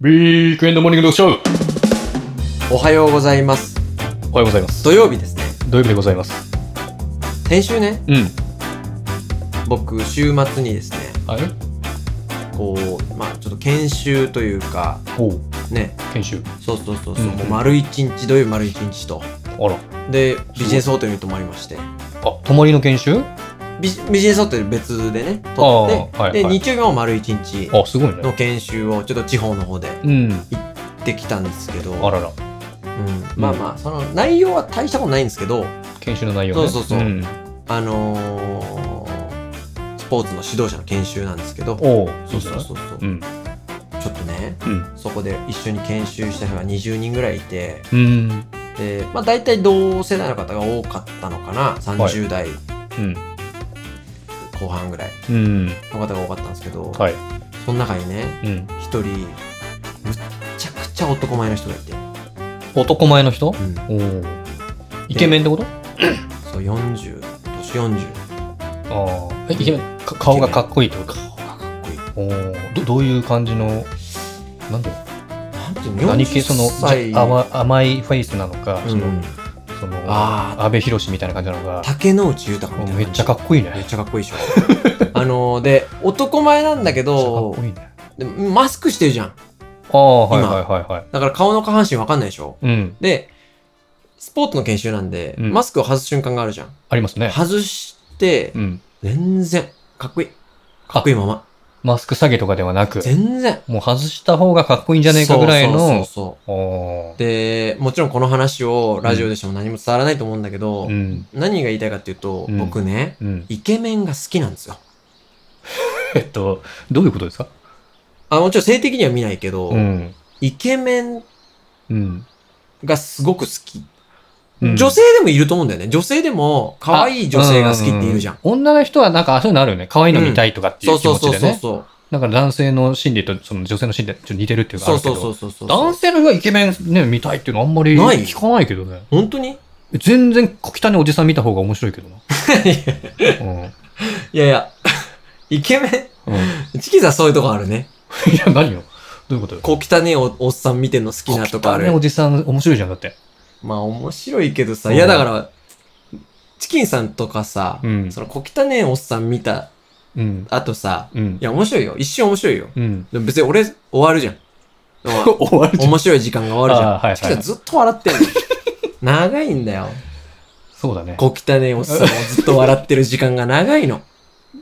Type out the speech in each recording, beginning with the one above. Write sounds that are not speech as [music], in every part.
ビークエンドモーニングのショーおはようございます。おはようございます。土曜日ですね。土曜日でございます。先週ね、うん。僕、週末にですね、はい。こう、まあ、ちょっと研修というか、おう。ね、研修。そうそうそうそう、うんもう丸一日、土曜日丸一日と。あら。で、ビジネスホテルに泊まりまして、あ、泊まりの研修ビジビジネスホテル別でね、泊っあーはいて、で、はい日曜日も丸一日あ、すごいのね。研修をちょっと地方の方でうん。できたんですけど、あらら。うん、まあまあ、その内容は大したことないんですけど、研修の内容ね。そうそうそうんあのースポーツの指導者の研修なんですけど、おう。そうそうそうそうう。ん。ちょっとねうん。そこで一緒に研修した人が20人ぐらいいてうん。で、まあ、大体同世代の方が多かったのかな30代うん。後半ぐらいうん。の方が多かったんですけど、はい。その中にねうん。一人むっちゃくちゃ男前の人がいて、男前の人うんおう。イケメンってことそう40年40ああ。え、イケメン。か顔がかっこいいってこと顔がかっこいいおお。ど、どういう感じの、なんだろうなんていう何系その、 40歳じゃ甘甘いフェイスなのか、うそのん、その、あー安倍博みたいな感じなのか、竹野内豊みたいな感めじっちゃかっこいいね。めっちゃかっこいいでしょあのーで男前なんだけかっどこいいね。でマスクしてるじゃんああ、はいはいはいはい。だから顔の下半身わかんないでしょうん、で、スポーツの研修なんで、うんマスクを外す瞬間があるじゃん。ありますね。外してう、ん。全然、かっこいい。かっこいいまま。マスク下げとかではなく、全然。もう外した方がかっこいいんじゃねえかぐらいそうそうの、そうおそう。で、もちろんこの話をラジオでしても何も伝わらないと思うんだけど、ーうん。何が言いたいかっていうと、うん僕ね、うん。イケメンが好きなんですよ。えっと、どういうことですかあ、もちろん性的には見ないけど、うん。イケメンうん。がすごく好き。うん女性でもいると思うんだよね。女性でも、可愛い女性が好きっているじゃん。ううう女の人はなんか、あそういうのあるよね。可愛いの見たいとかっていそうう気そう持そちうでそうね。そう。なんか男性の心理とその女性の心理ってちょっと似てるっていうかあそうるけそうそうど、そうそう。男性の人がイケメンね、見たいっていうのあんまりない聞かないけどね。本当に全然小汚いおじさん見た方が面白いけ [laughs] どな。うんいやい [laughs] や、イケメうんン、チキさんそういうとこあるね。いや、何よ。どういうことよ。こう汚ねえおおっさん見てんの好きなとこあ小汚いおる。じさん面白いじゃん、だって。まあ面白いけどさ、うんいやだから、チキンさんとかさ、うんその小汚ねえおっさん見たうん。後さ、うんい。や面白いよ。一瞬面白いよ。うん。でも別に俺終わるじ [laughs] ゃん。でも終わる面白い時間が終わるじゃん。あーはいはいチキンさんずっと笑 [laughs] ってんの。長いんだよ。そうだね。小汚ねえおっさんをずっと笑ってる時間が長いの。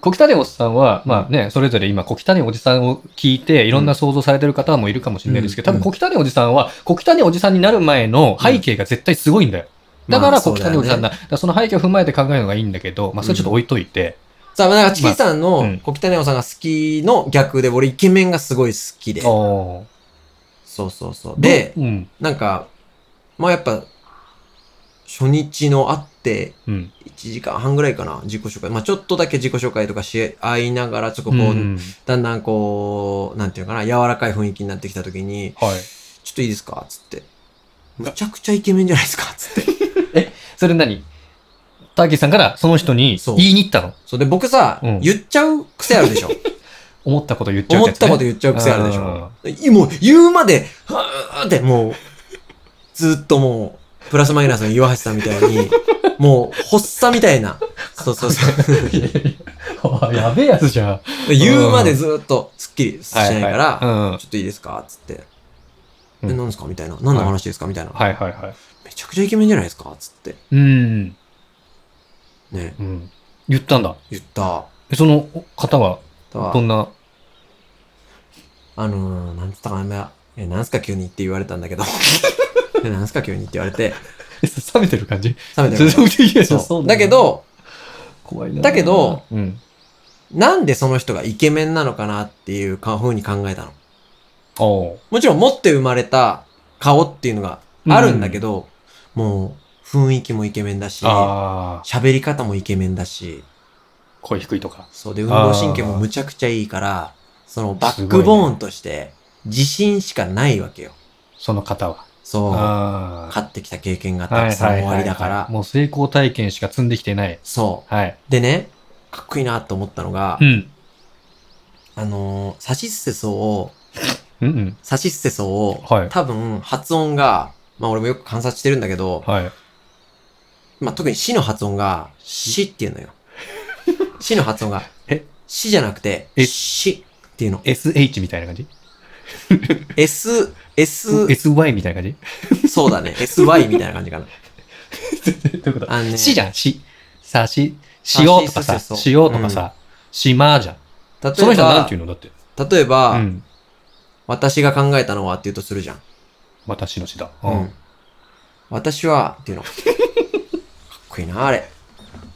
小汚いおっさんは、まあね、それぞれ今、小汚いおじさんを聞いて、いろんな想像されてる方もいるかもしれないですけど、うん多分小汚いおじさんは、小汚いおじさんになる前の背景が絶対すごいんだよ。だかまらあ小汚いおじさんそうだよねな、だからその背景を踏まえて考えるのがいいんだけど、まあそれちょっと置いといて、さあ、なんかチキンさんまあうんの小汚ねえおっさんが好きの逆で、俺イケメンがすごい好きで。おーそうそうそう。で、うん、なんか、まあやっぱ、初日の会って、うん、 1時間半ぐらいかな、自己紹介。まあちょっとだけ自己紹介とかし合いながら、ちょっとこう、うんだんだんこう、なんていうのかな、柔らかい雰囲気になってきた時に、はい。ちょっといいですかつって。むちゃくちゃイケメンじゃないですかつって。それ何ターキーさんからその人にそう言いに行ったのそうで、僕さ、うん言っちゃう癖あるでしょ。 [laughs] 思ったこと言っちゃう思やっつねたこと言っちゃう癖あるでしょ。いもう、言うまで、はーって、もう、ずっともう、プラスマイナスの岩橋さんみたいに、もう、発作みたいな。そうそうそう。いやいやい [laughs] やあやべえやつじゃん。言うまでずっと、すっきりしないから、はいちょっといいですかつって。うんえ、何ですかみたいな。何の話ですかみたいな。はいはいはい。めちゃくちゃイケメンじゃないですかつって。うん。ね、うん。言ったんだ。言った。えその方は、だどんな、あのー、なんつったかな、え、なんすか急にって言われたんだけど。 [laughs] え、なんすか急にって言われて、え冷めてる感じ冷めてるかそういやら。そそううだけ、ど、怖いなだけど、うん。なんでその人がイケメンなのかなっていうか風に考えたの。おうもちろん持って生まれた顔っていうのがあるんだけど、もう雰囲気もイケメンだし、ああ、喋り方もイケメンだし、声低いとか。そうで、運動神経もむちゃくちゃいいから、そのバックボーンとして自信しかないわけよ。その方は。そう。ああ。勝ってきた経験がたくさん終わりだから。もう成功体験しか積んできてない。そはい。う。でね、かっこいいなと思ったのが、ん。あのー、サシスセソをうんうん。サシッセソを、はい多分発音が、まあ俺もよく観察してるんだけど、はい。まあ特に死の発音が、死っていうのよ。死の発音が、え死じゃなくて、え死っていうの。 SH みたいな感じ S、S、 ?SY みたいな [laughs] 感そうだね。SY みたいな感じかな。じどういうことあのねしじゃん、し。さし、しようとかささしそう、そうしようとかさ、しまーじゃん。例えば、その人はなんていうのだって。例えば、うん。私が考えたのはって言うとするじゃん。私の詩だ。う。ん。私は、っていうの。かっこいいな、あれ。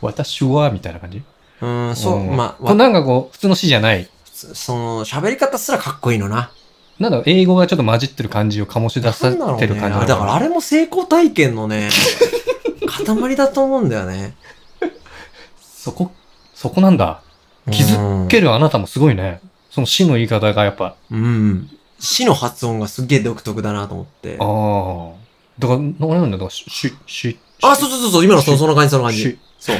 私は、みたいな感じうーん、そう、んまあ、これわなんかこう、普通の詩じゃない。その、喋り方すらかっこいいのな。なんだろう、英語がちょっと混じってる感じを醸し出さなんだろうてね。る感じあだからあれも成功体験 [laughs] のね、塊だと思うんだよね。そこ、そこなんだ。気づける。るあなたもすごいね。その詩の言い方がやっぱ、うん。死の発音がすっげえ独特だなと思ってあ。あ。だから、ななんだろう、し、し、し、あ、そうそうそうそう、今のそのその感じ、その感じ。しそう。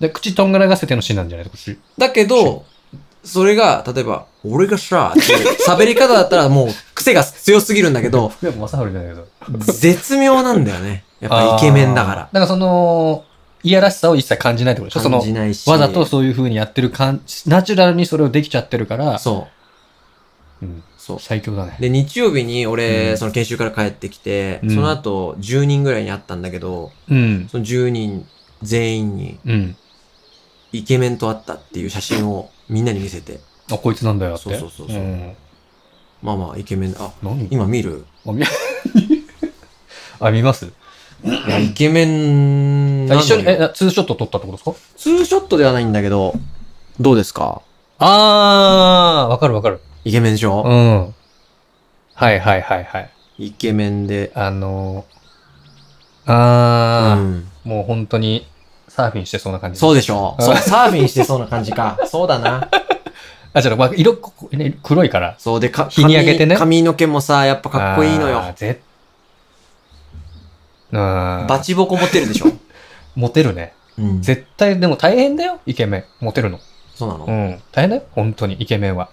で、口とんがらがせての詩なんじゃないしだけど、それが、例えば、俺がさ、っていう喋り方だったらもう癖が強すぎるんだ [laughs] けど、福山雅治じゃないけど。絶妙なんだよね。やっぱイケメンだからあー。だからその、いやらしさを一切感じないってことでしょそ感のじ、ないし。わざとそういう風にやってる感じ、ナチュラルにそれをできちゃってるから、そうんう。そう。最強だね。で、日曜日に俺、うんその研修から帰ってきて、うんその後10人ぐらいに会ったんだけど、うん。その10人全員にうん。イケメンと会ったっていう写真をみんなに見せて、あ、こいつなんだよって。そうそうそうそうんまあまあイケメンだ。あ、何今見るあ見あ、見ますいや、イケメンなあのよ一緒に、え、ツーショット撮ったってことですかツーショットではないんだけど、どうですかあー、わかるわかる。イケメンでしうょ、ん。はいはいはいはい。イケメンで。あのー、うあー、ん。もう本当にサーフィンしてそうな感じ。そうでしょうんそう、サーフィンしてそうな感じか。そうだな。あ、ちょっと、まあ、色、ここね黒いから。 [laughs] そうで、か、日に焼けてね髪髪の毛もさ、やっぱかっこいいのあよー。ぜあーバチボコ持ってるでしょモテるね。 [laughs] うん絶対、でも大変だよ、イケメン。モテるの。そうなの、うん。大変だよ、本当に、イケメンは。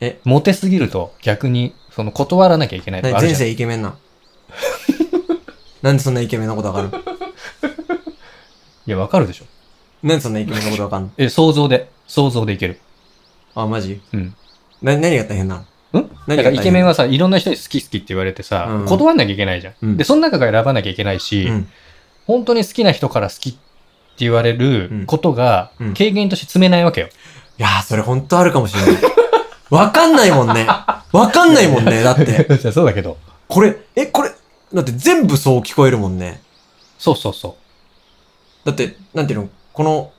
えモテすぎると、逆に、その、断らなきゃいけないとか何ある前じゃん。世イケメンなん [laughs] なんでそんなイケメンなことわかる [laughs] いや、わかるでしょ。なんでそんなイケメンなことわかるのえ、想像で、想像でいける。あ、マジうん。な、何が大変なのんだ何かがら大変イケメンはさ、いろんな人に好き好きって言われてさ、うん断んなきゃいけないじゃん。うんで、その中から選ばなきゃいけないし、うん。本当に好きな人から好きって言われうんることがうん、経験として積めないわけよ。いやー、それほんとあるかもしれない。わかんないもんね。わかんないも [laughs] んね。だって、いやそうだけど。これ、え、これ、だって全部そう聞こえるもんね。そうそうそう。だって、なんていうのこの、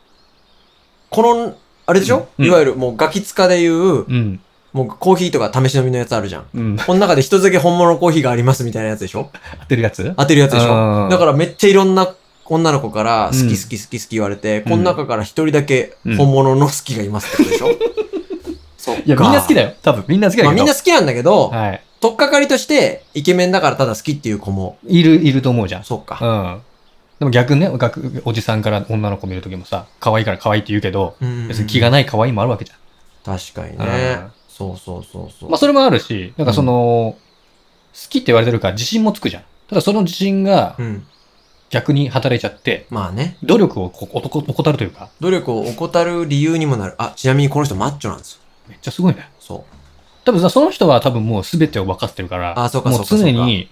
この、あれでしょ、うんいわゆるもうガキツカでいう、うん。もうコーヒーとか試し飲みのやつあるじゃん。うん。この中で一つだけ本物のコーヒーがありますみたいなやつでしょ当てるやつ当てるやつでしうょんだからめっちゃいろんな女の子からう好んき好き好き好き言われて、うんこの中から一人だけ本物の好きがいますってことでしょ、そうか。いや、みんな好きよ。だよ。多分、みんな好きだけまど。あみんな好きなんだけど、はい。とっかかりとしてイケメンだからただ好きっていう子も、いる、いると思うじゃん。そうか。うん。でも逆にね、逆おじさんから女の子見るときもさ、可愛いから可愛いって言うけど、うん別に気がない可愛いもあるわけじゃん。確かにうねん。そうそうそうそう。まあそれもあるし、なんかその、好きって言われてるから自信もつくじゃん。ただその自信がうん。逆に働いちゃって、まあね。努力をこうおとこ怠るというか、努力を怠る理由にもなる。あ、ちなみにこの人マッチョなんですよ。めっちゃすごいね。そう。多分さ、その人は多分もう全てを分かってるから、あそうかもそううかそう常かに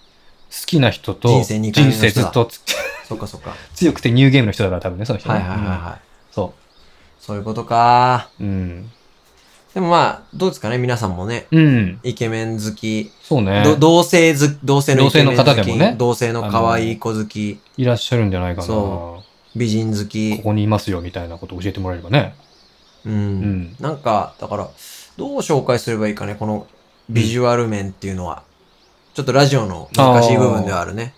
好きな人と人生二回目の人だ人ずっとつそっか [laughs] そっか。強くてニューゲームの人だから多分ね、その人ねはいはいはいうんはい。そそういうことか。う。うん。でもまあ、どうですかね皆さんもね。うん。イケメン好き、そうね。ど同性好き、同性のイケメン好同性のき方でもね同性の可愛い子好き、いらっしゃるんじゃないかな。そこ美人好き、こにいますよみたいなことを教えてもらえればね。うん。うん。なんか、だから、どう紹介すればいいかね、このビジュアル面っていうのは。ちょっとラジオの難しい部分ではあるね。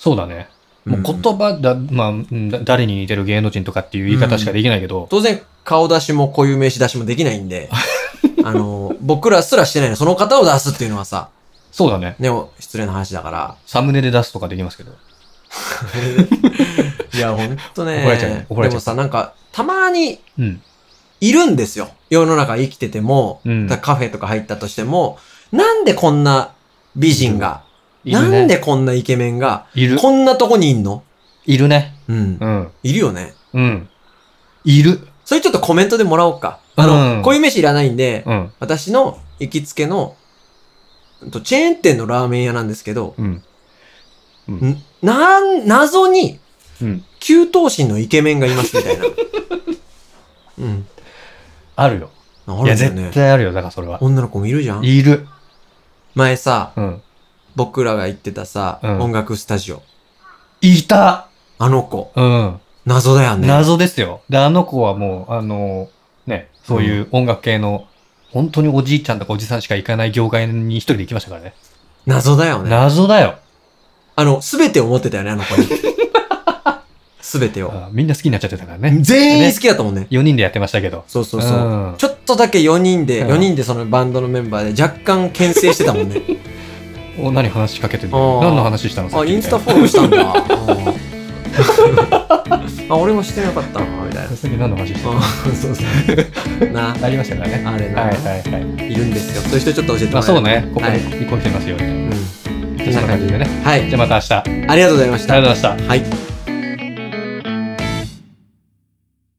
そうだね。もううん言葉だ、まあうん、だ誰に似てる芸能人とかっていう言い方しかできないけど、当然、顔出しも固有名詞出しもできないん [laughs] で、あの、僕らすらしてないの、その方を出すっていうのはさ、そうだね。ね、お失礼な話 [laughs] だから。サムネで出すとかできますけど。いや、ほんと [laughs] ね。怒られちゃうね怒られちゃうでもさ、なんか、たまにうん。いるんですよ。世の中生きてても、うんだからカフェとか入ったとしても、なんでこんな美人が、いるねなんでこんなイケメンが、いる。こんなとこにいんのいるね。うんう。ん。いるよね。うん。いる。それちょっとコメントでもらおうか。あの、うんこういう飯いらないんで、うん。私の行きつけの、うんとチェーン店のラーメン屋なんですけど、うん。んなん、謎に、うん。給湯神のイケメンがいますみ [laughs] たいな。うん。あるよ。あいるや、んだよ絶ね。対あるよ。だからそれは。女の子もいるじゃんいる。前さ、うん。僕らが行ってたさ、うん音楽スタジオ。いたあの子、うん。謎だよね。謎ですよ。で、あの子はもう、あの、ね、そういう音楽系の、本当におじいちゃんとかおじさんしか行かない業界に一人で行きましたからね。謎だよね。謎だよ。あの、すべてを持ってたよね、あの子 [laughs] に。すべてを。あみんな好きになっちゃってたからね。全員好きだったもんね。 4人でやってましたけど。そうそうそうう。んちょっとだけ4人で、うん4人でそのバンドのメンバーで若干牽制してたもん [laughs] ね。お、何話しかけてるあー何の話したのさっあ、きインスタフォローした [laughs] んだ。 [laughs] あーあ、俺もしてなかったな、みたいな。さっき何の話したのあーそうそう。 [laughs] な、ありましたからね。あれなはいはいはい。いるんですよ。そういう人ちょっと教えてまもらえあそうね、ここはにい移行してますよね。うん。そんな感じでね。はいじ。ゃあまた明日。ありがありがとうございました。とうございました。はい。